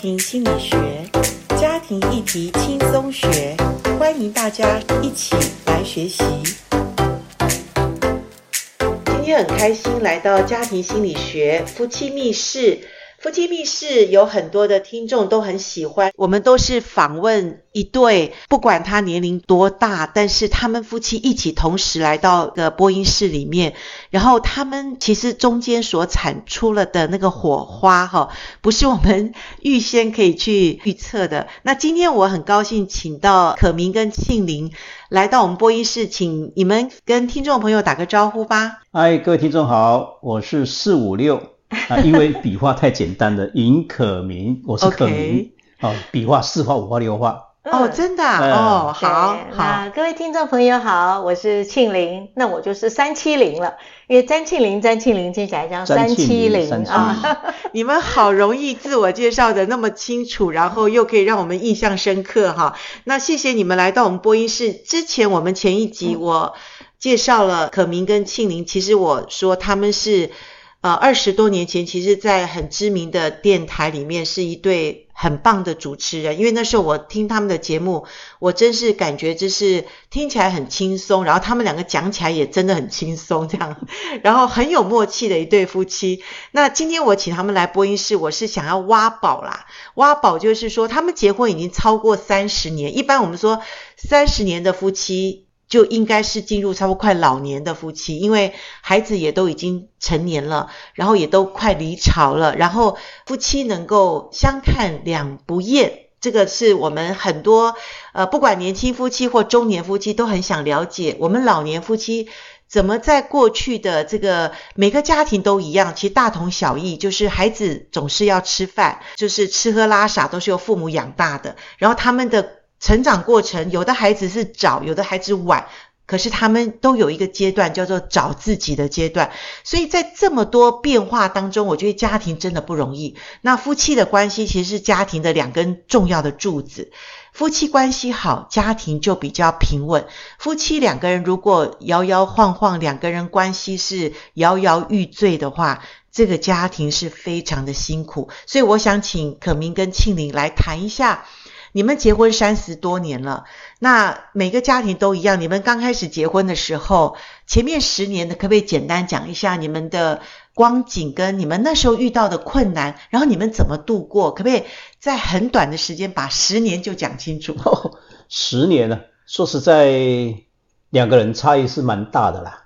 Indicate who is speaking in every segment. Speaker 1: 庭心理学，家庭议题轻松学，欢迎大家一起来学习。今天很开心来到家庭心理学夫妻密室。夫妻密室有很多的听众都很喜欢，我们都是访问一对，不管他年龄多大，但是他们夫妻一起同时来到的播音室里面，然后他们其实中间所产出了的那个火花，哈，不是我们预先可以去预测的。 那今天我很高兴请到可明跟庆玲来到我们播音室，请你们跟听众朋友打个招呼吧。
Speaker 2: 嗨，各位听众好，我是四五六 啊，因为笔画太简单了，尹可明，我是可明
Speaker 1: OK
Speaker 2: 哦，笔画四画五画六画，
Speaker 1: 哦，真的啊、
Speaker 2: 嗯
Speaker 1: 哦，
Speaker 3: 对
Speaker 1: 好好。
Speaker 3: 那各位听众朋友好，我是庆玲，那我就是三七零了，因为詹庆玲，詹庆玲听起
Speaker 1: 啊
Speaker 3: 来像
Speaker 2: 三
Speaker 3: 七
Speaker 2: 七
Speaker 3: 零
Speaker 2: 三七
Speaker 3: 啊。
Speaker 1: 你们好容易自我介绍的那么清楚，然后又可以让我们印象深刻哈。那谢谢你们来到我们播音室。之前我们前一集我介绍了可明跟庆玲，其实我说他们是呃二十多年前，其实在很知名的电台里面是一对很棒的主持人，因为那时候我听他们的节目，我真是感觉就是听起来很轻松，然后他们两个讲起来也真的很轻松这样，然后很有默契的一对夫妻。那今天我请他们来播音室，我是想要挖宝啦。挖宝就是说，他们结婚已经超过三十年，一般我们说三十年的夫妻就应该是进入差不多快老年的夫妻，因为孩子也都已经成年了，然后也都快离巢了，然后夫妻能够相看两不厌。这个是我们很多呃，不管年轻夫妻或中年夫妻都很想了解，我们老年夫妻怎么在过去的这个每个家庭都一样，其实大同小异，就是孩子总是要吃饭，就是吃喝拉撒都是由父母养大的，然后他们的成长过程，有的孩子是早，有的孩子晚。可是他们都有一个阶段叫做找自己的阶段，所以在这么多变化当中，我觉得家庭真的不容易。那夫妻的关系其实是家庭的两根重要的柱子，夫妻关系好，家庭就比较平稳。夫妻两个人如果摇摇晃晃，两个人关系是摇摇欲坠的话，这个家庭是非常的辛苦。所以我想请可明跟庆玲来谈一下，你们结婚三十多年了，那每个家庭都一样。你们刚开始结婚的时候，前面十年的，可不可以简单讲一下你们的光景跟你们那时候遇到的困难，然后你们怎么度过？可不可以在很短的时间把十年就讲清 楚？
Speaker 2: 十年了，说实在，两个人差异是蛮大的啦，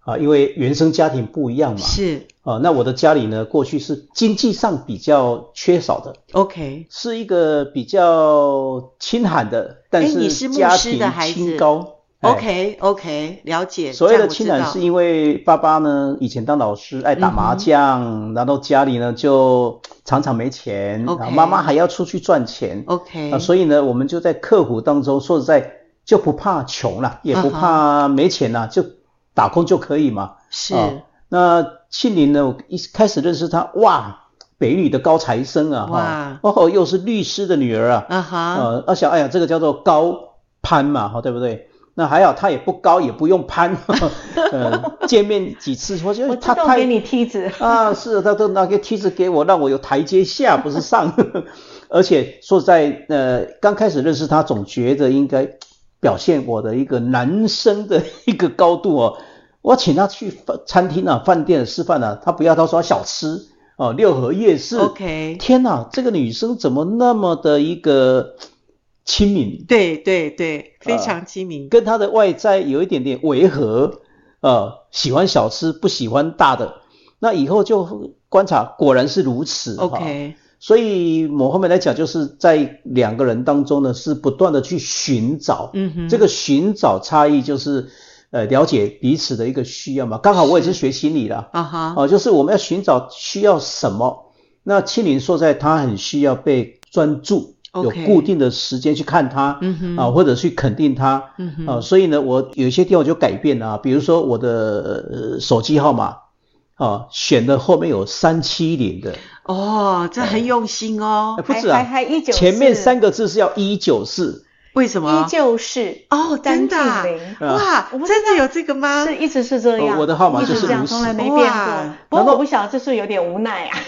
Speaker 2: 啊，因为原生家庭不一样嘛，
Speaker 1: 是
Speaker 2: 啊，那我的家里呢，过去是经济上比较缺少的，
Speaker 1: OK，
Speaker 2: 是一个比较清寒的，但
Speaker 1: 哎你是牧师
Speaker 2: 家庭
Speaker 1: 的孩子
Speaker 2: 清高。哎
Speaker 1: OK OK，了解。
Speaker 2: 所谓
Speaker 1: 这
Speaker 2: 的
Speaker 1: 样我知
Speaker 2: 清
Speaker 1: 道嗯
Speaker 2: 染是因为爸爸呢以前当老师爱打麻将，然后家里呢就常常没钱，然
Speaker 1: OK
Speaker 2: 后妈妈还要出去赚钱
Speaker 1: OK，、
Speaker 2: 啊，所以呢我们就在刻苦当中，说实在就不怕穷了，也不
Speaker 1: 嗯哼
Speaker 2: 怕没钱了，就打工就可以嘛。
Speaker 1: 是、
Speaker 2: 啊那庆林呢，我一开始认识他，哇，北女的高材生啊，哈，哦，又是律师的女儿啊，
Speaker 1: 啊哈，
Speaker 2: 呃，阿小，哎呀，这个叫做高攀嘛，哈，对不对？那还好，他也不高，也不用攀， 呃，见面几次，我觉
Speaker 3: 我
Speaker 2: 得
Speaker 3: 自
Speaker 2: 他
Speaker 3: 动给
Speaker 2: 太
Speaker 3: 你梯子，
Speaker 2: 啊，是他都拿个梯子给我，让我有台阶下，不是上。 而且说实在，呃，刚开始认识他，总觉得应该表现我的一个男生的一个高度哦。我请他去饭餐厅啊、饭店吃饭啊，他不要，他说他小吃哦，六合夜市。
Speaker 1: OK，
Speaker 2: 天哪，这个女生怎么那么的一个亲民，
Speaker 1: 对对对，非
Speaker 2: 呃
Speaker 1: 常机敏。
Speaker 2: 跟她的外在有一点点违和，呃，喜欢小吃不喜欢大的，那以后就观察，果然是如此。哈
Speaker 1: OK，
Speaker 2: 所以某方面来讲，就是在两个人当中呢，是不断的去寻找，
Speaker 1: 嗯哼，
Speaker 2: 这个寻找差异就是。呃，了解彼此的一个需要嘛，刚好我也是学心理的，
Speaker 1: 啊哈
Speaker 2: 哦，就是我们要寻找需要什么。那青林说在，他很需要被专注
Speaker 1: OK
Speaker 2: 有固定的时间去看他，
Speaker 1: 嗯哼
Speaker 2: 啊，或者去肯定他，
Speaker 1: 嗯哼
Speaker 2: 啊，所以呢，我有一些地方我就改变了、啊，比如说我的、呃、手机号码，啊，选的后面有三七零的，
Speaker 1: 哦，这很用心哦
Speaker 2: 哎。不止啊
Speaker 3: 还还还一九
Speaker 2: 前面三个字是要一九四，
Speaker 1: 为什么
Speaker 3: 依？旧是
Speaker 1: 哦，真
Speaker 3: 张
Speaker 1: 的
Speaker 3: 庆
Speaker 1: 啊、
Speaker 3: 林，
Speaker 2: 啊
Speaker 1: 哇
Speaker 3: 我，不知
Speaker 1: 真的有这个吗？
Speaker 3: 是一直是这样。
Speaker 2: 我我的号码
Speaker 3: 一直
Speaker 1: 就是
Speaker 3: 这样，
Speaker 2: 如此
Speaker 3: 从来没变过
Speaker 1: 哇。
Speaker 3: 不过我不晓得这是有点无奈啊。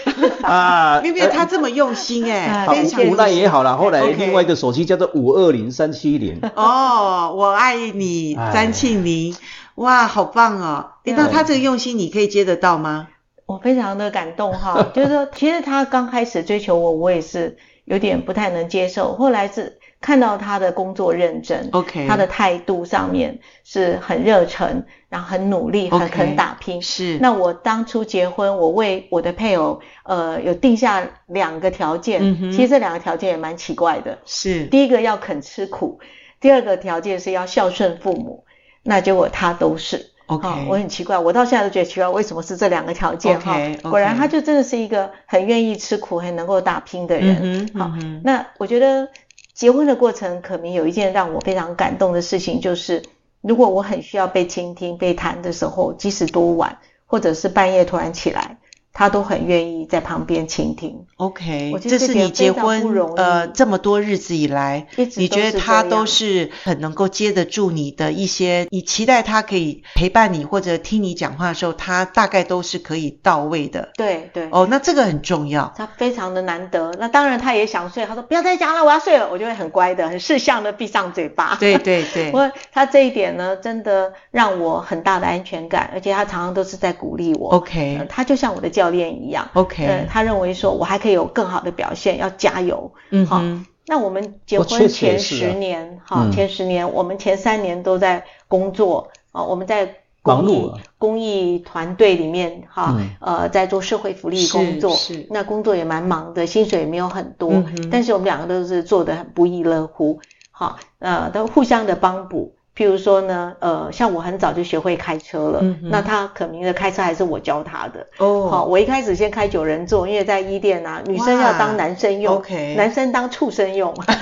Speaker 2: 啊，
Speaker 1: 因为
Speaker 3: 呃
Speaker 1: 他这么用心哎、
Speaker 3: 啊
Speaker 2: 好
Speaker 1: 非常
Speaker 3: 谢谢
Speaker 2: 无奈也好啦。后来
Speaker 3: OK
Speaker 2: 另外一个手机叫做五二零三七零，
Speaker 1: 哦，我爱你，
Speaker 2: 哎
Speaker 1: 詹庆林，哇，好棒哦！诶
Speaker 3: 对
Speaker 1: 那他这个用心，你可以接得到吗？
Speaker 3: 我非常的感动哈，就是说，其实他刚开始追求我，我也是有点不太能接受。后来是看到他的工作认真
Speaker 1: OK
Speaker 3: 他的态度上面是很热忱，然后很努力，很
Speaker 1: OK
Speaker 3: 肯打拼。
Speaker 1: 是，
Speaker 3: 那我当初结婚，我为我的配偶，呃，有定下两个条件，
Speaker 1: 嗯哼
Speaker 3: 其实这两个条件也蛮奇怪的。
Speaker 1: 是
Speaker 3: 第一个要肯吃苦，第二个条件是要孝顺父母，那结果他都是。
Speaker 1: OK，、
Speaker 3: 哦，我很奇怪，我到现在都觉得奇怪，为什么是这两个条件哈
Speaker 1: OK，OK
Speaker 3: 果然他就真的是一个很愿意吃苦、很能够打拼的
Speaker 1: 嗯
Speaker 3: 人。
Speaker 1: 哼，
Speaker 3: 好
Speaker 1: 嗯哼，
Speaker 3: 那我觉得结婚的过程，可明有一件让我非常感动的事情，就是如果我很需要被倾听、被谈的时候，即使多晚，或者是半夜突然起来，他都很愿意在旁边倾听。
Speaker 1: OK，
Speaker 3: 我觉
Speaker 1: 这
Speaker 3: 得
Speaker 1: 是
Speaker 3: 这点
Speaker 1: 你结
Speaker 3: 非常不
Speaker 1: 婚
Speaker 3: 容易
Speaker 1: 呃这么多日子以来
Speaker 3: 一，直
Speaker 1: 你
Speaker 3: 都
Speaker 1: 觉得
Speaker 3: 是
Speaker 1: 他
Speaker 3: 这
Speaker 1: 都
Speaker 3: 样
Speaker 1: 是很能够接得住你的一些，你期待他可以陪伴你或者听你讲话的时候，他大概都是可以到位的。
Speaker 3: 对对，
Speaker 1: 哦，那这个很重要。
Speaker 3: 他非常的难得。那当然他也想睡，他说不要再讲了，我要睡了，我就会很乖的、很识相的闭上嘴巴。
Speaker 1: 对对对
Speaker 3: 不，过他这一点呢，真的让我很大的安全感，而且他常常都是在鼓励我。呃
Speaker 1: OK
Speaker 3: 他就像我的教练一样。呃
Speaker 1: OK，，
Speaker 3: 他认为说我还可以有更好的表现，要加油。
Speaker 1: 嗯
Speaker 3: 好
Speaker 1: 哼，
Speaker 3: 那我们结
Speaker 2: 我确
Speaker 3: 婚
Speaker 2: 实也
Speaker 3: 前
Speaker 2: 是啊
Speaker 3: 十年，哈、
Speaker 2: 嗯
Speaker 3: 前十年我们前三年都在工作啊、我们在公
Speaker 2: 忙
Speaker 3: 益
Speaker 2: 碌啊
Speaker 3: 公益团队里面哈、
Speaker 2: 嗯
Speaker 3: 呃，在做社会福利工作
Speaker 1: 是是，
Speaker 3: 那工作也蛮忙的，薪水也没有很多，
Speaker 1: 嗯哼
Speaker 3: 但是我们两个都是做的很不亦乐乎，好、呃，都互相的帮补。譬如说呢，呃，像我很早就学会开车了，
Speaker 1: 嗯哼
Speaker 3: 那他可明的开车还是我教他的，好、
Speaker 1: 哦
Speaker 3: 我一开始先开九人座，因为在一店啊，女生要当男生用
Speaker 1: OK
Speaker 3: 男生当畜生用。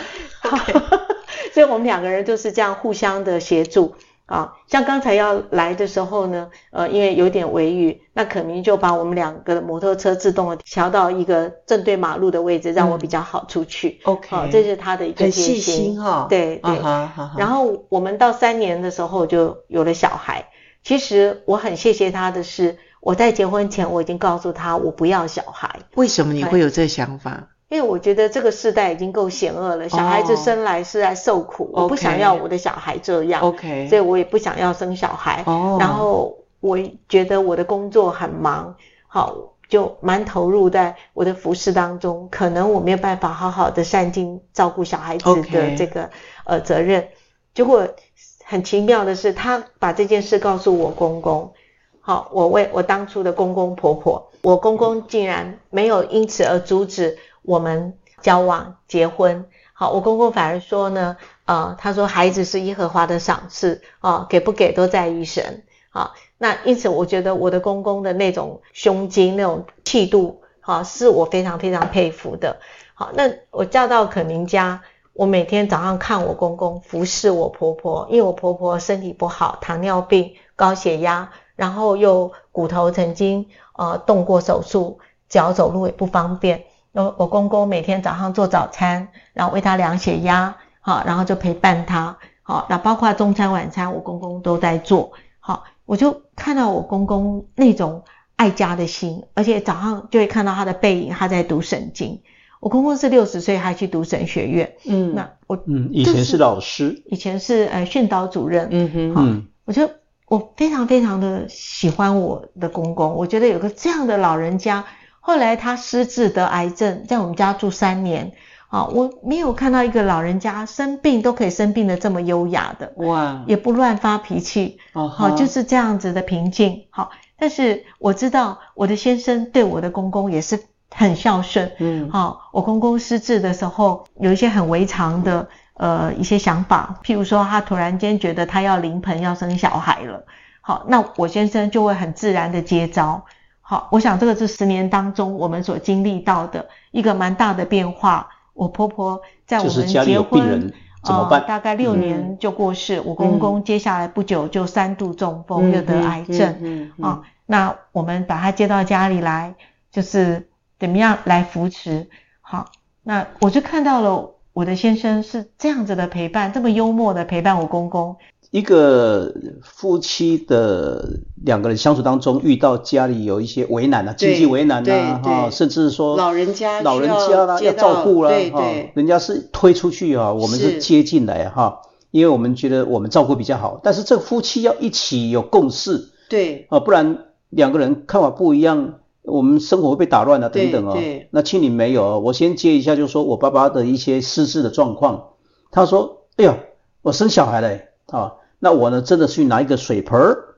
Speaker 3: 所以我们两个人就是这样互相的协助啊。像刚才要来的时候呢，呃，因为有点微雨，那可明就把我们两个的摩托车自动的调到一个正对马路的位置，让我比较好出去。
Speaker 1: 嗯
Speaker 3: 好、
Speaker 1: ，OK，
Speaker 3: 这是他的一个
Speaker 1: 很
Speaker 3: 贴
Speaker 1: 细心哈、哦。
Speaker 3: 对对。
Speaker 1: 啊哈，哈哈
Speaker 3: 然后我们到三年的时候就有了小孩。其实我很谢谢他的是，我在结婚前我已经告诉他我不要小孩，
Speaker 1: 为什么你会有这想法？
Speaker 3: 因为我觉得这个世代已经够险恶了，小孩子生来是在受苦，我不
Speaker 1: 哦 OK
Speaker 3: 想要我的小孩哎这样
Speaker 1: OK
Speaker 3: 所以我也不想要生小孩。
Speaker 1: 哦
Speaker 3: 然后我觉得我的工作很忙，好，就蛮投入在我的服饰当中，可能我没有办法好好的善尽照顾小孩子
Speaker 1: OK
Speaker 3: 的这个呃责任。结果很奇妙的是，他把这件事告诉我公公，好，我为我当初的公公婆婆，我公公竟然没有因此而阻止我们交往结婚。好，我公公反而说呢，呃，他说孩子是耶和华的赏赐啊、给不给都在于神啊。那因此，我觉得我的公公的那种胸襟、那种气度，啊，是我非常非常佩服的。好，那我嫁到可明家，我每天早上看我公公服侍我婆婆，因为我婆婆身体不好，糖尿病、高血压，然后又骨头曾经呃动过手术，脚走路也不方便。然后我公公每天早上做早餐，然后为她量血压，好，然后就陪伴她，好，那包括中餐、晚餐，我公公都在做，好，我就看到我公公那种爱家的心，而且早上就会看到他的背影，他在读圣经。我公公是六十岁，还去读神学院，
Speaker 1: 嗯
Speaker 3: 那我
Speaker 2: 嗯，以前是老师，
Speaker 3: 以前是呃训导主任，
Speaker 1: 嗯哼，
Speaker 2: 嗯，
Speaker 3: 我就我非常非常的喜欢我的公公，我觉得有个这样的老人家，后来他失智得癌症，在我们家住三年啊，我没有看到一个老人家生病都可以生病的这么优雅的，
Speaker 1: 哇，
Speaker 3: 也不乱发脾气，
Speaker 1: 哦
Speaker 3: 好、
Speaker 1: 哈
Speaker 3: 就是这样子的平静，好。但是我知道我的先生对我的公公也是很孝顺，
Speaker 1: 嗯
Speaker 3: 好、我公公失智的时候，有一些很违常的呃一些想法，譬如说他突然间觉得他要临盆要生小孩了，好，那我先生就会很自然的接招。好，我想这个是十年当中我们所经历到的一个蛮大的变化。我婆婆在我
Speaker 2: 就
Speaker 3: 们
Speaker 2: 是家里
Speaker 3: 结
Speaker 2: 有病
Speaker 3: 婚
Speaker 2: 人怎
Speaker 1: 哦
Speaker 2: 么办嗯
Speaker 3: 呃？大概六年就过世，我公公接下来不久就三度中风，又得癌症。
Speaker 1: 嗯嗯
Speaker 3: 啊、那我们把他接到家里来，就是怎么样来扶持。好，那我就看到了我的先生是这样子的陪伴，这么幽默的陪伴我公公，
Speaker 2: 一个夫妻的两个人相处当中，遇到家里有一些为难啊，
Speaker 1: 对
Speaker 2: 经济为难啊，
Speaker 1: 对对
Speaker 2: 哈，甚至说
Speaker 1: 老人家需要
Speaker 2: 老人家啦、
Speaker 1: 接
Speaker 2: 要
Speaker 1: 到
Speaker 2: 照顾啦
Speaker 1: 对，
Speaker 2: 哈
Speaker 1: 对，
Speaker 2: 人家是推出去啊，我们
Speaker 1: 是
Speaker 2: 是接进来啊哈，因为我们觉得我们照顾比较好，但是这夫妻要一起有共识
Speaker 1: 对
Speaker 2: 啊，不然两个人看法不一样。我们生活会被打乱啊，等等啊
Speaker 1: 对对。
Speaker 2: 那庆龄没有啊，我先接一下，就说我爸爸的一些失智的状况。他说：“哎呀，我生小孩了、欸、啊！那我呢，真的去拿一个水盆儿，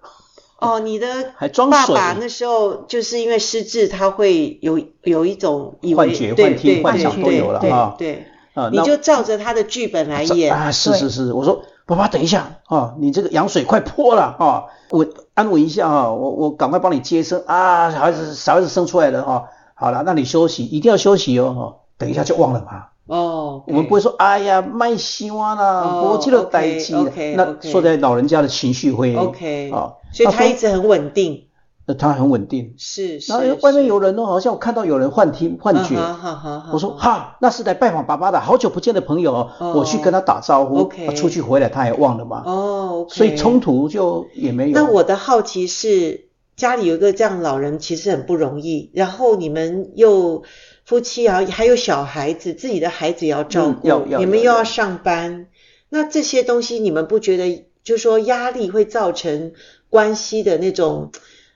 Speaker 1: 哦，你的
Speaker 2: 还装
Speaker 1: 爸
Speaker 2: 水
Speaker 1: 爸那时候就是因为失智，他会有有一种以为
Speaker 2: 幻觉
Speaker 1: 对
Speaker 2: 幻听
Speaker 1: 对
Speaker 2: 幻
Speaker 1: 对
Speaker 3: 想都
Speaker 1: 对
Speaker 3: 有
Speaker 2: 了
Speaker 1: 对
Speaker 2: 啊
Speaker 1: 对，
Speaker 2: 啊，
Speaker 1: 你
Speaker 2: 那
Speaker 1: 就照着他的剧本来
Speaker 2: 这
Speaker 1: 演，
Speaker 2: 啊，是
Speaker 3: 对
Speaker 2: 是是，我说爸爸等一下啊，你这个羊水快泼了啊，我安慰一下啊，我我赶快帮你接生啊，小孩子小孩子生出来了啊，好了，那你休息，一定要休息哦，哦等一下就忘了嘛。
Speaker 1: 哦，
Speaker 2: 我们不会说哎呀卖希望啦，
Speaker 1: 哦
Speaker 2: 我记得
Speaker 1: OK，
Speaker 2: 代机
Speaker 1: OK，
Speaker 2: 那
Speaker 1: OK
Speaker 2: 说在老人家的情绪会
Speaker 1: OK，
Speaker 2: 啊，
Speaker 1: 所以
Speaker 2: 那
Speaker 1: 他一
Speaker 2: 说
Speaker 1: 直很稳定，
Speaker 2: 呃他很稳定，
Speaker 1: 是是，
Speaker 2: 然后外面
Speaker 1: 是
Speaker 2: 有人哦，好像我看到有人幻听幻觉。
Speaker 1: 嗯好好好
Speaker 2: 我说
Speaker 1: 好
Speaker 2: 哈，那是来拜访爸爸的，好久不见的朋友哦，
Speaker 1: 哦
Speaker 2: 我去跟他打招呼
Speaker 1: OK
Speaker 2: 啊出去回来他也忘了嘛，
Speaker 1: 哦，OK，
Speaker 2: 所以冲突就也没有。
Speaker 1: 那我的好奇是，家里有一个这样老人其实很不容易，然后你们又夫妻啊，还有小孩子，自己的孩子也要照
Speaker 2: 嗯要
Speaker 1: 顾，
Speaker 2: 要
Speaker 1: 你们
Speaker 2: 要
Speaker 1: 又
Speaker 2: 要
Speaker 1: 要上班，那这些东西你们不觉得就说压力会造成关系的那种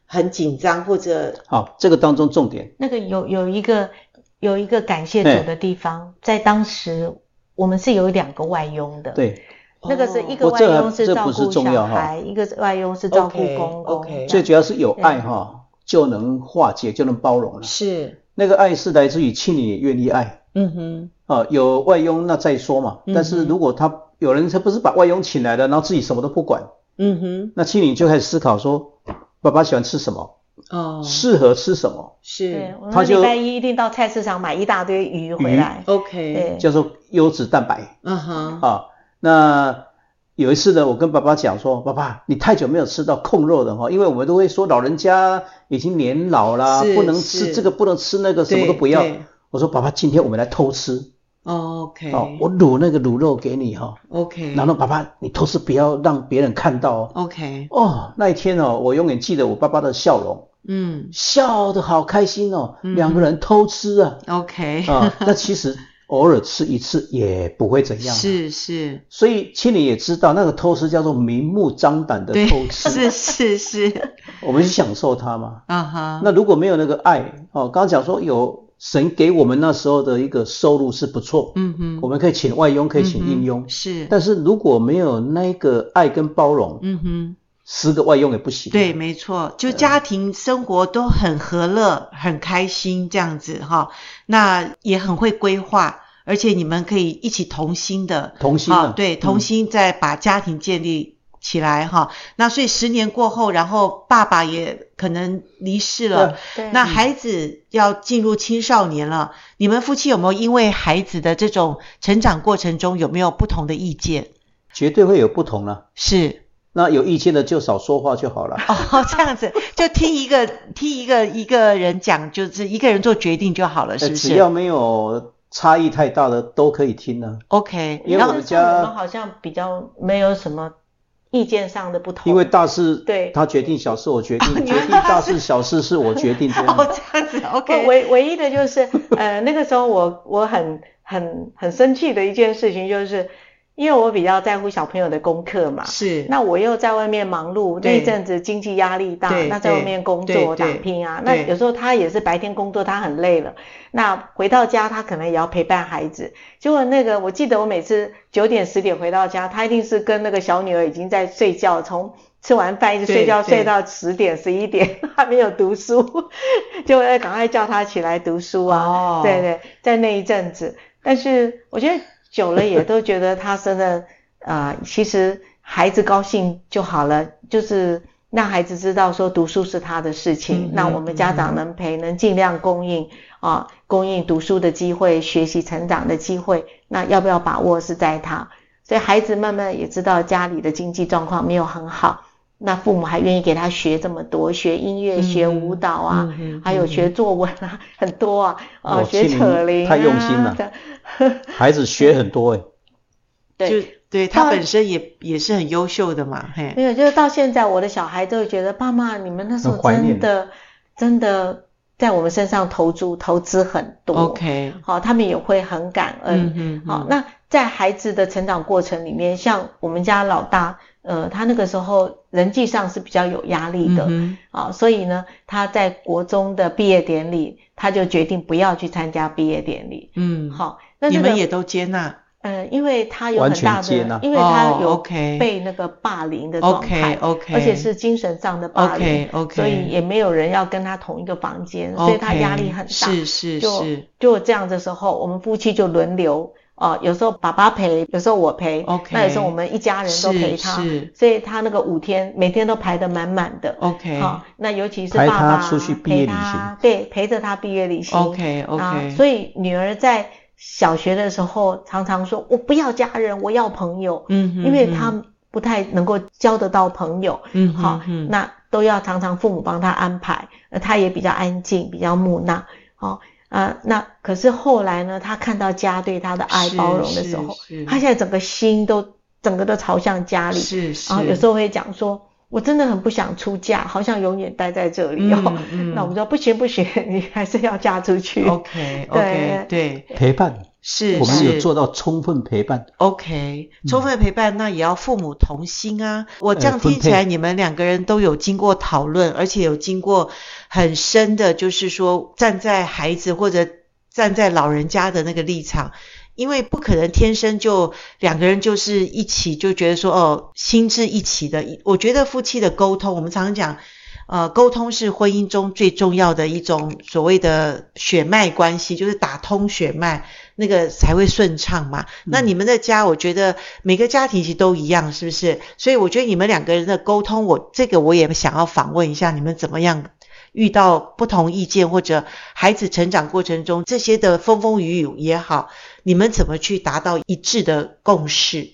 Speaker 1: 很紧张或者
Speaker 2: 好，这个当中重点
Speaker 3: 那个有有一个有一个感谢主的地方，在当时我们是有两个外佣的，，
Speaker 2: 对，
Speaker 3: 那个是一
Speaker 1: 哦
Speaker 3: 个
Speaker 2: 哦
Speaker 3: 外
Speaker 2: 这个
Speaker 3: 佣是
Speaker 2: 这
Speaker 3: 照
Speaker 2: 不是
Speaker 3: 顾
Speaker 2: 重要
Speaker 3: 小
Speaker 2: 哈
Speaker 3: 孩，一个外佣是照顾
Speaker 1: OK，
Speaker 3: 公公
Speaker 1: OK
Speaker 2: 最
Speaker 3: 这样
Speaker 2: 主要是有爱哈、就能化解，就能包容了。
Speaker 1: 是，
Speaker 2: 那个爱是来自于亲你也愿意爱
Speaker 1: 嗯哼，
Speaker 2: 啊，有外佣那再说嘛。但是
Speaker 1: 嗯
Speaker 2: 如果他有人他不是把外佣请来了，然后自己什么都不管，
Speaker 1: 嗯哼，
Speaker 2: 那亲你就开始思考说，爸爸喜欢吃什么，
Speaker 1: 哦，
Speaker 2: 适合吃什么，
Speaker 3: 对
Speaker 1: 是，
Speaker 3: 我
Speaker 2: 他
Speaker 3: 们
Speaker 2: 就
Speaker 3: 礼拜一一定到菜市场买一大堆鱼回
Speaker 2: 鱼
Speaker 3: 来，
Speaker 1: ，OK，
Speaker 3: 对，
Speaker 2: 叫做优质蛋白。
Speaker 1: 嗯哼，
Speaker 2: 啊，那有一次呢，我跟爸爸讲说，爸爸，你太久没有吃到控肉了哈，因为我们都会说老人家已经年老啦，
Speaker 1: 是
Speaker 2: 不能
Speaker 1: 是
Speaker 2: 吃这个，不能吃那个，什么
Speaker 1: 对
Speaker 2: 都不要
Speaker 1: 对。
Speaker 2: 我说爸爸，今天我们来偷吃哦，我
Speaker 1: ，OK，OK，
Speaker 2: 卤那个卤肉给你哈、
Speaker 1: 嗯
Speaker 2: 然后爸爸你偷吃不要让别人看到哦。
Speaker 1: OK，
Speaker 2: 哦，那一天哦，我永远记得我爸爸的笑容，
Speaker 1: 嗯
Speaker 2: 笑得好开心哦，
Speaker 1: 嗯
Speaker 2: 两个人偷吃 啊
Speaker 1: ，OK，
Speaker 2: 啊，那其实偶尔吃一次也不会怎样啊、
Speaker 1: 是是。
Speaker 2: 所以青林也知道，那个偷吃叫做明目张胆的
Speaker 1: 对
Speaker 2: 偷，吃，
Speaker 1: 是是是，
Speaker 2: 我们去享受它嘛。
Speaker 1: 啊哈，
Speaker 2: 那如果没有那个爱，哦，刚刚讲说有神给我们那时候的一个收入是不错，
Speaker 1: 嗯哼，
Speaker 2: 我们可以请外佣，可以请
Speaker 1: 嗯哼
Speaker 2: 应佣，
Speaker 1: 是，
Speaker 2: 但是如果没有那一个爱跟包容，
Speaker 1: 嗯哼，
Speaker 2: 十个外佣也不行。啊
Speaker 1: 对，，没错，就家庭生活都很和乐，很开心这样子哈，那也很会规划，而且你们可以一起同心的，
Speaker 2: 同心
Speaker 1: 啊
Speaker 2: 啊，，
Speaker 1: 对，同心再把家庭建立起来哈。那所以十年过后，然后爸爸也可能离世了，
Speaker 3: 对
Speaker 1: 那孩子要进入青少年了，你们夫妻有没有因为孩子的这种成长过程中有没有不同的意见？
Speaker 2: 绝对会有不同了、
Speaker 1: 是
Speaker 2: 那有意见的就少说话就好了。
Speaker 1: 哦， 这样子就听一个 听一个一个人讲，就是一个人做决定就好了，
Speaker 2: 呃
Speaker 1: 是不
Speaker 2: 只要
Speaker 1: 是
Speaker 2: 没有差异太大的都可以听啊呢、
Speaker 1: ？OK，
Speaker 2: 因为
Speaker 1: 然
Speaker 3: 那
Speaker 2: 我
Speaker 1: 后
Speaker 2: 们
Speaker 3: 时候
Speaker 2: 家
Speaker 3: 我们好像比较没有什么意见上的不同，
Speaker 2: 因为大事
Speaker 3: 对
Speaker 2: 他决定，小事我决 定，决定大事小事是我决定这
Speaker 1: 哦
Speaker 2: 样。
Speaker 1: 这样子
Speaker 3: 唯
Speaker 1: OK，
Speaker 3: 唯唯一的就是，呃，那个时候我我很很很生气的一件事情就是，因为我比较在乎小朋友的功课嘛，
Speaker 1: 是
Speaker 3: 那我又在外面忙碌，
Speaker 1: 对
Speaker 3: 那一阵子经济压力大
Speaker 1: 对，
Speaker 3: 那在外面工
Speaker 1: 对对
Speaker 3: 作打拼啊，那
Speaker 1: 对
Speaker 3: 有时候他也是白天工作，他很累了，那回到家他可能也要陪伴孩子。结果那个我记得我每次九点十点回到家，他一定是跟那个小女儿已经在睡觉，从吃完饭一直睡觉
Speaker 1: 对对
Speaker 3: 睡到十点十一点， 还没有读书， 就会赶快叫他起来读书啊。
Speaker 1: 哦
Speaker 3: 对对，在那一阵子，但是我觉得久了也都觉得他真的，呃，其实孩子高兴就好了，就是让孩子知道说读书是他的事情，
Speaker 1: 嗯
Speaker 3: 那我们家长能陪，能尽量供应啊、供应读书的机会、学习成长的机会，那要不要把握是在他。所以孩子慢慢也知道家里的经济状况没有很好，那父母还愿意给他学这么多，学音乐、学舞蹈啊，
Speaker 1: 嗯嗯哼
Speaker 3: 还有学作文啊，很多啊，
Speaker 2: 哦
Speaker 3: 学扯
Speaker 2: 庆龄
Speaker 3: 铃、啊，
Speaker 2: 太用心了
Speaker 3: 的
Speaker 2: 孩子学很多哎、
Speaker 1: 就
Speaker 3: 对，
Speaker 1: 对他
Speaker 3: 他
Speaker 1: 本身也也是很优秀的嘛，嘿，
Speaker 3: 没有，就是到现在我的小孩都会觉得爸妈，你们那时候
Speaker 2: 很怀念
Speaker 3: 真的真的在我们身上投注投资很多。
Speaker 1: OK，
Speaker 3: 好，他们也会很感恩。
Speaker 1: 嗯哼，
Speaker 3: 好，
Speaker 1: 嗯
Speaker 3: 那在孩子的成长过程里面，像我们家老大，呃，他那个时候人际上是比较有压力的，
Speaker 1: 嗯
Speaker 3: 啊、所以呢，他在国中的毕业典礼，他就决定不要去参加毕业典礼。
Speaker 1: 哼，嗯，
Speaker 3: 好，那
Speaker 1: 你
Speaker 3: 这
Speaker 1: 们
Speaker 3: 个
Speaker 1: 也都接纳
Speaker 3: 呃，因为他有
Speaker 2: 完
Speaker 3: 很大
Speaker 2: 全接
Speaker 3: 的
Speaker 2: 纳，
Speaker 3: 因为他
Speaker 1: 哦
Speaker 3: 有
Speaker 1: OK
Speaker 3: 被那个霸凌的状态
Speaker 1: ，OK OK，
Speaker 3: 而且是精神上的霸
Speaker 1: OK
Speaker 3: 凌
Speaker 1: OK，
Speaker 3: 所以也没有人要跟他同一个房间，所以他压力很大。
Speaker 1: 是是
Speaker 3: 就是就这样的时候，我们夫妻就轮流哦、有时候爸爸陪，有时候我陪
Speaker 1: OK
Speaker 3: 那有时候我们一家人都陪他，
Speaker 1: 是是
Speaker 3: 所以他那个五天每天都排得满满的。
Speaker 1: OK
Speaker 3: 好、那尤其是
Speaker 2: 陪
Speaker 3: 爸
Speaker 2: 他
Speaker 3: 爸
Speaker 2: 出去毕业
Speaker 3: 陪
Speaker 2: 旅
Speaker 3: 他对，陪着他毕业旅行。
Speaker 1: OK
Speaker 3: 啊
Speaker 1: OK，
Speaker 3: 所以女儿在小学的时候常常说：“我不要家人，我要朋友。
Speaker 1: 嗯哼，
Speaker 3: 因为
Speaker 1: 嗯
Speaker 3: 她不太能够交得到朋友。
Speaker 1: 嗯
Speaker 3: 好
Speaker 1: 哼，嗯
Speaker 3: 那都要常常父母帮他安排，呃，他也比较安静，比较木讷，哦啊，那可是后来呢，他看到家对他的爱
Speaker 1: 是
Speaker 3: 包容的
Speaker 1: 是
Speaker 3: 时候
Speaker 1: 是，
Speaker 3: 他现在整个心都整个都朝向家里，
Speaker 1: 是是，
Speaker 3: 然后有时候会讲说，我真的很不想出嫁，好像永远待在这里哦。
Speaker 1: 嗯嗯
Speaker 3: 那我们说不行不行， 你还是要嫁出去。
Speaker 1: OK OK 对
Speaker 2: 陪伴，
Speaker 1: 是，
Speaker 2: 我们
Speaker 1: 是
Speaker 2: 有做到充分陪伴，
Speaker 1: OK，充分陪伴那也要父母同心啊。我这样
Speaker 2: 嗯呃分
Speaker 1: 听起来，
Speaker 2: 配
Speaker 1: 你们两个人都有经过讨论，而且有经过很深的，就是说站在孩子或者站在老人家的那个立场，因为不可能天生就两个人就是一起就觉得说哦心智一起的。我觉得夫妻的沟通，我们常常讲。呃，沟通是婚姻中最重要的一种所谓的血脉关系，就是打通血脉，那个才会顺畅嘛。
Speaker 3: 嗯
Speaker 1: 那你们的家，我觉得每个家庭其实都一样，是不是？所以我觉得你们两个人的沟通，我这个我也想要访问一下，你们怎么样遇到不同意见或者孩子成长过程中这些的风风雨雨也好，你们怎么去达到一致的共识？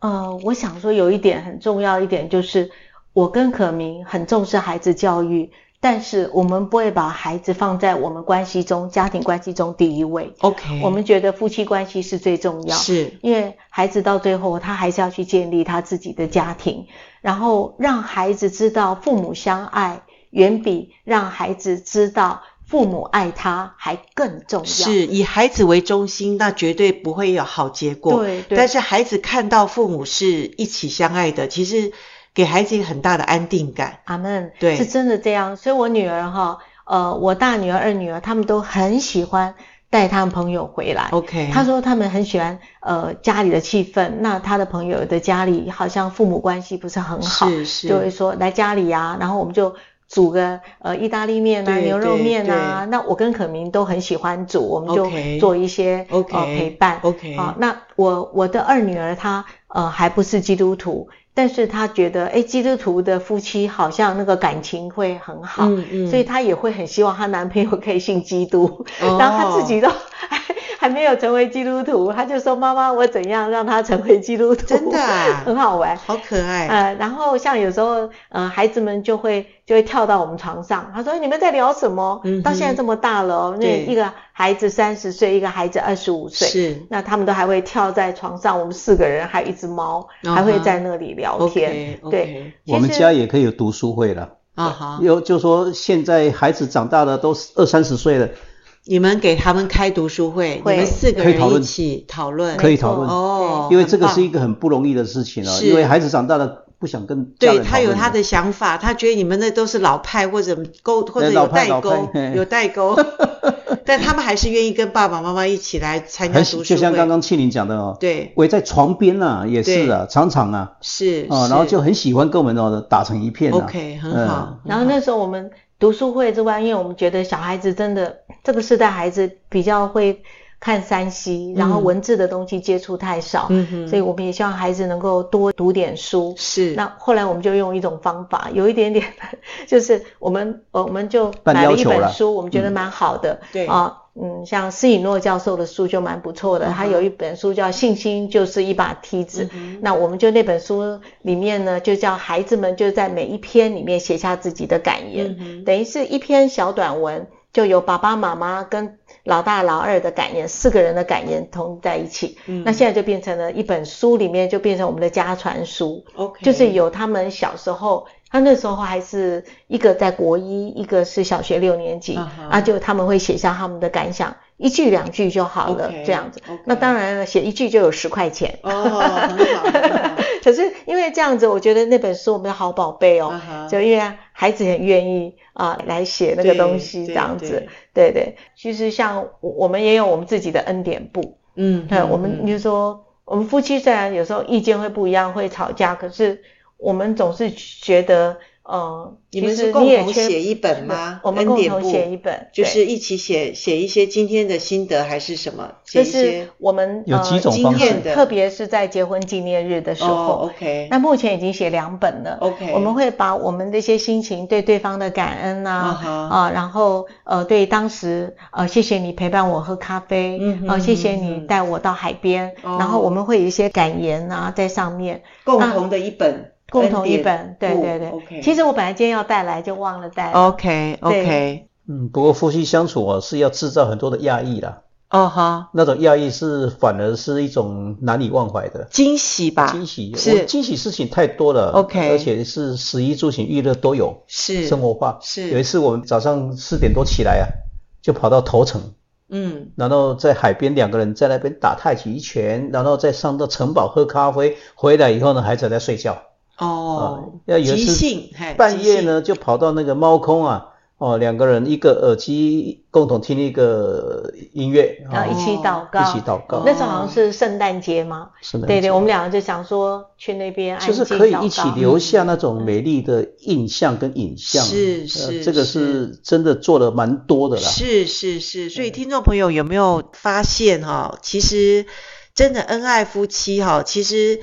Speaker 3: 呃，我想说有一点很重要一点就是，我跟可明很重视孩子教育，但是我们不会把孩子放在我们关系中、家庭关系中第一位。
Speaker 1: OK，
Speaker 3: 我们觉得夫妻关系是最重
Speaker 1: 嗯
Speaker 3: 要，
Speaker 1: 是
Speaker 3: 因为孩子到最后他还是要去建立他自己的家庭，然后让孩子知道父母相爱，远比让孩子知道父母爱他还更重要。
Speaker 1: 是以孩子为中心，那绝对不会有好结果。
Speaker 3: 对对
Speaker 1: 但是孩子看到父母是一起相爱的，其实给孩子一个很大的安定感。
Speaker 3: 阿门，
Speaker 1: 对
Speaker 3: 是真的这样。所以我女儿哈，呃，我大女儿、二女儿，她们都很喜欢带她们朋友回来。
Speaker 1: OK，
Speaker 3: 她说她们很喜欢呃家里的气氛，那她的朋友的家里好像父母关系不是很好，
Speaker 1: 是是
Speaker 3: 就会说来家里呀、然后我们就。煮个呃意大利面啊，
Speaker 1: 对
Speaker 3: 牛肉
Speaker 1: 对
Speaker 3: 面啊，那我跟可明都很喜欢煮，我们就
Speaker 1: OK
Speaker 3: 做一些
Speaker 1: OK
Speaker 3: 呃陪伴。
Speaker 1: OK，
Speaker 3: 好、那我我的二女儿她呃还不是基督徒，但是她觉得诶基督徒的夫妻好像那个感情会很好，
Speaker 1: 嗯嗯，
Speaker 3: 所以她也会很希望她男朋友可以信基督，
Speaker 1: 哦
Speaker 3: 然后她自己都还还没有成为基督徒，她就说妈妈我怎样让她成为基督徒，
Speaker 1: 真的啊
Speaker 3: 很好玩。
Speaker 1: 好可爱，
Speaker 3: 呃，然后像有时候，呃，孩子们就会就会跳到我们床上，他说哎你们在聊什么？
Speaker 1: 嗯哼
Speaker 3: 到现在这么大了哦，那
Speaker 1: 对
Speaker 3: 一个孩子三十岁，一个孩子二十五岁，
Speaker 1: 是
Speaker 3: 那他们都还会跳在床上，我们四个人还有一只猫，
Speaker 1: 嗯哼
Speaker 3: 还会在那里聊天。
Speaker 1: OK，
Speaker 3: 对其实
Speaker 2: 我们家也可以有读书会了。
Speaker 1: 啊哈，
Speaker 2: 有就说现在孩子长大了，都二三十岁了，
Speaker 1: 你们给他们开读书会，
Speaker 3: 会
Speaker 1: 你们四个
Speaker 2: 可以讨
Speaker 1: 人
Speaker 2: 论
Speaker 1: 一起讨论，
Speaker 2: 可以
Speaker 3: 没错
Speaker 2: 讨论
Speaker 1: 哦，
Speaker 2: 因为这个是一
Speaker 1: 个。
Speaker 2: 个很不容易的事情啊。
Speaker 1: 是
Speaker 2: 因为孩子长大了，不想跟家
Speaker 1: 对
Speaker 2: 人讨
Speaker 1: 他有
Speaker 2: 论
Speaker 1: 他的想法，他觉得你们那都是老派或者勾或者
Speaker 2: 对
Speaker 1: 有
Speaker 2: 哎老派
Speaker 1: 代沟
Speaker 2: 老派，嘿
Speaker 1: 有代 沟，但他们还是愿意跟爸爸妈妈一起来参加
Speaker 2: 还
Speaker 1: 读书
Speaker 2: 是
Speaker 1: 会。
Speaker 2: 啊就像刚刚庆玲讲的哦，
Speaker 1: 对
Speaker 2: 围在床边啊，也是啊，常常啊，
Speaker 1: 是
Speaker 2: 啊，
Speaker 1: 是
Speaker 2: 然后就很喜欢跟我们哦打成一片啊。
Speaker 1: OK 很好。
Speaker 3: 然后那时候我们读书会之外，因为我们觉得小孩子真的这个世代孩子比较会看山西，然后文字的东西接触太少，
Speaker 1: 嗯哼
Speaker 3: 所以我们也希望孩子能够多读点书。
Speaker 1: 是
Speaker 3: 那后来我们就用一种方法，有一点 点，就是我们呃我们就
Speaker 2: 半
Speaker 3: 买了
Speaker 2: 要
Speaker 3: 一
Speaker 2: 求
Speaker 3: 本
Speaker 2: 了
Speaker 3: 书，我们觉得蛮好的，
Speaker 1: 对
Speaker 3: 啊，嗯，像施以诺教授的书就蛮不错的，他有一本书叫《信心就是一把梯子》，
Speaker 1: 嗯
Speaker 3: 那我们就那本书里面呢，就叫孩子们就在每一篇里面写下自己的感言，
Speaker 1: 嗯哼
Speaker 3: 等于是一篇小短文。就有爸爸妈妈跟老大老二的感言，四个人的感言同在一起。
Speaker 1: 嗯
Speaker 3: 那现在就变成了一本书，里面就变成我们的家传书，
Speaker 1: OK，
Speaker 3: 就是有他们小时候，他那时候还是一个在国一，一个是小学六年级，
Speaker 1: 啊哈
Speaker 3: 啊，就他们会写下他们的感想，一句两句就好了
Speaker 1: OK，
Speaker 3: 这样子。
Speaker 1: OK
Speaker 3: 那当然了，写一句就有十块钱。
Speaker 1: 哦，很好，很好
Speaker 3: 可是因为这样子，我觉得那本书我们的好宝贝哦，
Speaker 1: 啊哈
Speaker 3: 就因为孩子很愿意啊、来写那个
Speaker 1: 对
Speaker 3: 东西这
Speaker 1: 对
Speaker 3: 样
Speaker 1: 对
Speaker 3: 子，对对。其实像我我们也有我们自己的恩典簿，
Speaker 1: 嗯，
Speaker 3: 对，
Speaker 1: 嗯
Speaker 3: 我们
Speaker 1: 嗯
Speaker 3: 你就说我们夫妻虽然有时候意见会不一样，会吵架，可是我们总是觉得，呃，
Speaker 1: 你
Speaker 3: 其
Speaker 1: 们
Speaker 3: 实
Speaker 1: 是共
Speaker 3: 你也
Speaker 1: 同
Speaker 3: 缺
Speaker 1: 写一本吗
Speaker 3: 我们
Speaker 1: 恩
Speaker 3: 共
Speaker 1: 典
Speaker 3: 同
Speaker 1: 簿
Speaker 3: 写一本，
Speaker 1: 就
Speaker 3: 对
Speaker 1: 是一起写写一些今天的心得还是什么，写
Speaker 3: 就
Speaker 1: 一些
Speaker 3: 是我们
Speaker 2: 有
Speaker 3: 呃
Speaker 2: 几种
Speaker 3: 经
Speaker 2: 方
Speaker 3: 验
Speaker 1: 式的
Speaker 3: 特别是在结婚纪念日的时候
Speaker 1: 哦。，OK，
Speaker 3: 那目前已经写两本了
Speaker 1: OK
Speaker 3: 我们会把我们的一些心情对对方的感恩
Speaker 1: 啊
Speaker 3: 呐、
Speaker 1: 哈
Speaker 3: 啊，然后呃对当时呃谢谢你陪伴我喝咖啡，
Speaker 1: 嗯哼
Speaker 3: 呃谢谢
Speaker 1: 嗯
Speaker 3: 你
Speaker 1: 哼
Speaker 3: 带我到海边，
Speaker 1: 哦
Speaker 3: 然后我们会有一些感言啊在上面，
Speaker 1: 共同的一本，哦
Speaker 3: 共同一
Speaker 2: 哦
Speaker 3: 本，对对对。
Speaker 1: ，OK，
Speaker 3: 其实我本来今天要带来，就忘了带。
Speaker 1: OK OK，
Speaker 2: 嗯，不过夫妻相处哦是要制造很多的压抑啦，
Speaker 1: 哦哈，
Speaker 2: 那种压抑是反而是一种难以忘怀的。
Speaker 1: 惊喜吧，
Speaker 2: 惊喜，我
Speaker 1: 啊是
Speaker 2: 惊喜事情太多了
Speaker 1: OK
Speaker 2: 而且是食衣住行娱乐都有，
Speaker 1: 是
Speaker 2: 生活化。
Speaker 1: 是
Speaker 2: 有一次我们早上四点多起来啊，就跑到头城，
Speaker 1: 嗯
Speaker 2: 然后在海边两个人在那边打太极拳，然后再上到城堡喝咖啡，回来以后呢，孩子还在睡觉。
Speaker 1: 哦，
Speaker 2: 要有一
Speaker 1: 即
Speaker 2: 次
Speaker 1: 兴，嘿
Speaker 2: 半夜，呢就跑到那个猫空啊，哦，两个人一个耳机共同听一个音乐，哦
Speaker 3: 然后一起祷告，
Speaker 2: 一起祷告
Speaker 3: 那时候好像是圣诞节嘛，
Speaker 2: 是的，
Speaker 3: 对对，我们两个就想说去那边安
Speaker 2: 就
Speaker 3: 静
Speaker 2: 是
Speaker 3: 祷告。
Speaker 2: 可以一起留下那种美丽的印象跟影像，
Speaker 1: 是
Speaker 2: 呃
Speaker 1: 是
Speaker 2: 这个
Speaker 1: 是
Speaker 2: 是真的做了蛮多的
Speaker 1: 即
Speaker 2: 啦。嗯
Speaker 1: 兴是是是，所以听众朋友有没有发现哈、其实真的恩爱夫妻哈、其实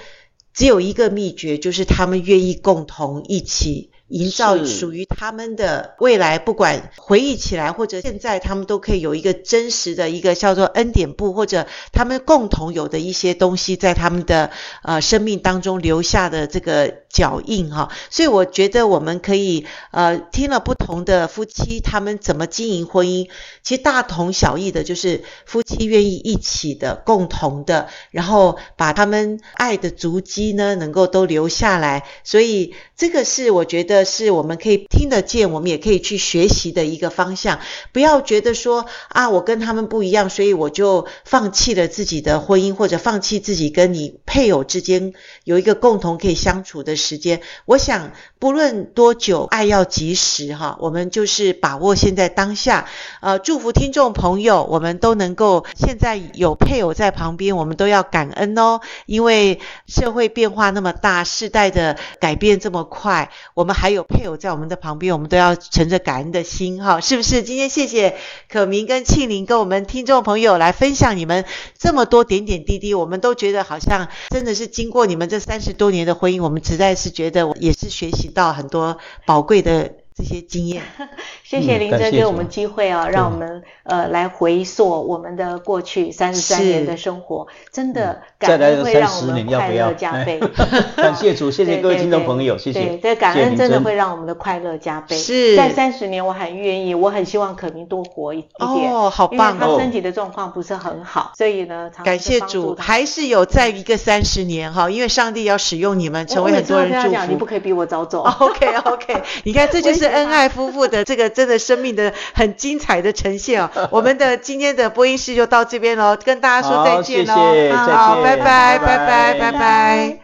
Speaker 1: 只有一个秘诀，就是他们愿意共同一起。营造
Speaker 2: 是
Speaker 1: 属于他们的未来，不管回忆起来或者现在，他们都可以有一个真实的一个叫做恩典簿，或者他们共同有的一些东西，在他们的呃生命当中留下的这个脚印哈、所以我觉得我们可以呃听了不同的夫妻他们怎么经营婚姻，其实大同小异的，就是夫妻愿意一起的、共同的，然后把他们爱的足迹呢，能够都留下来。所以这个是我觉得是我们可以听得见，我们也可以去学习的一个方向。不要觉得说啊，我跟他们不一样，所以我就放弃了自己的婚姻，或者放弃自己跟你配偶之间有一个共同可以相处的时间。我想，不论多久，爱要及时哈。我们就是把握现在当下，呃，祝福听众朋友，我们都能够现在有配偶在旁边，我们都要感恩哦，因为社会变化那么大，世代的改变这么快，我们还有配偶在我们的旁边，我们都要存着感恩的心哈，是不是？今天谢谢可明跟庆玲跟我们听众朋友来分享你们这么多点点滴滴，我们都觉得好像真的是经过你们这三十多年的婚姻，我们实在是觉得也是学习到很多宝贵的这些经验。
Speaker 3: 谢谢
Speaker 2: 嗯
Speaker 3: 林
Speaker 2: 感
Speaker 3: 真
Speaker 2: 谢
Speaker 3: 给
Speaker 2: 主
Speaker 3: 我们机会啊，让我们呃来回溯我们的过去三十三
Speaker 1: 是
Speaker 3: 年的生活，真的
Speaker 2: 嗯再
Speaker 3: 感
Speaker 2: 来
Speaker 3: 恩
Speaker 2: 个
Speaker 3: 会
Speaker 2: 三
Speaker 3: 让我
Speaker 2: 十
Speaker 3: 们
Speaker 2: 年，要
Speaker 3: 快
Speaker 2: 不
Speaker 3: 乐
Speaker 2: 要？。
Speaker 3: 加倍
Speaker 2: 哎 感谢主，谢谢各位听众朋友，谢
Speaker 3: 对
Speaker 2: 谢
Speaker 3: 对。对，感
Speaker 2: 谢谢
Speaker 3: 恩
Speaker 2: 您
Speaker 3: 真的
Speaker 2: 真
Speaker 3: 会让我们的快乐加倍。
Speaker 1: 是
Speaker 3: 在三十年，我很愿意，我很希望可明多活一一点，
Speaker 1: 哦，好
Speaker 3: 因为
Speaker 1: 棒
Speaker 3: 他
Speaker 1: 哦！
Speaker 3: 身体的状况不是很好，所以呢，常常
Speaker 1: 感谢
Speaker 3: 就帮
Speaker 1: 主，
Speaker 3: 助他
Speaker 1: 还是有在一个三十年哈，因为上帝要使用你们，
Speaker 3: 我
Speaker 1: 成为很
Speaker 3: 我每次
Speaker 1: 多
Speaker 3: 都
Speaker 1: 人
Speaker 3: 跟他讲你
Speaker 1: 祝福。
Speaker 3: 不
Speaker 1: 哦
Speaker 3: 可以比我早 走。
Speaker 1: OK OK，你看这就是恩爱夫妇的这个真的生命的很精彩的呈现 哦。我们的今天的播音室就到这边喽，跟大家说再见喽。
Speaker 2: 好谢谢再
Speaker 1: 好，
Speaker 2: 见
Speaker 1: 拜拜拜
Speaker 2: 拜
Speaker 1: 拜拜
Speaker 2: 拜
Speaker 1: 拜。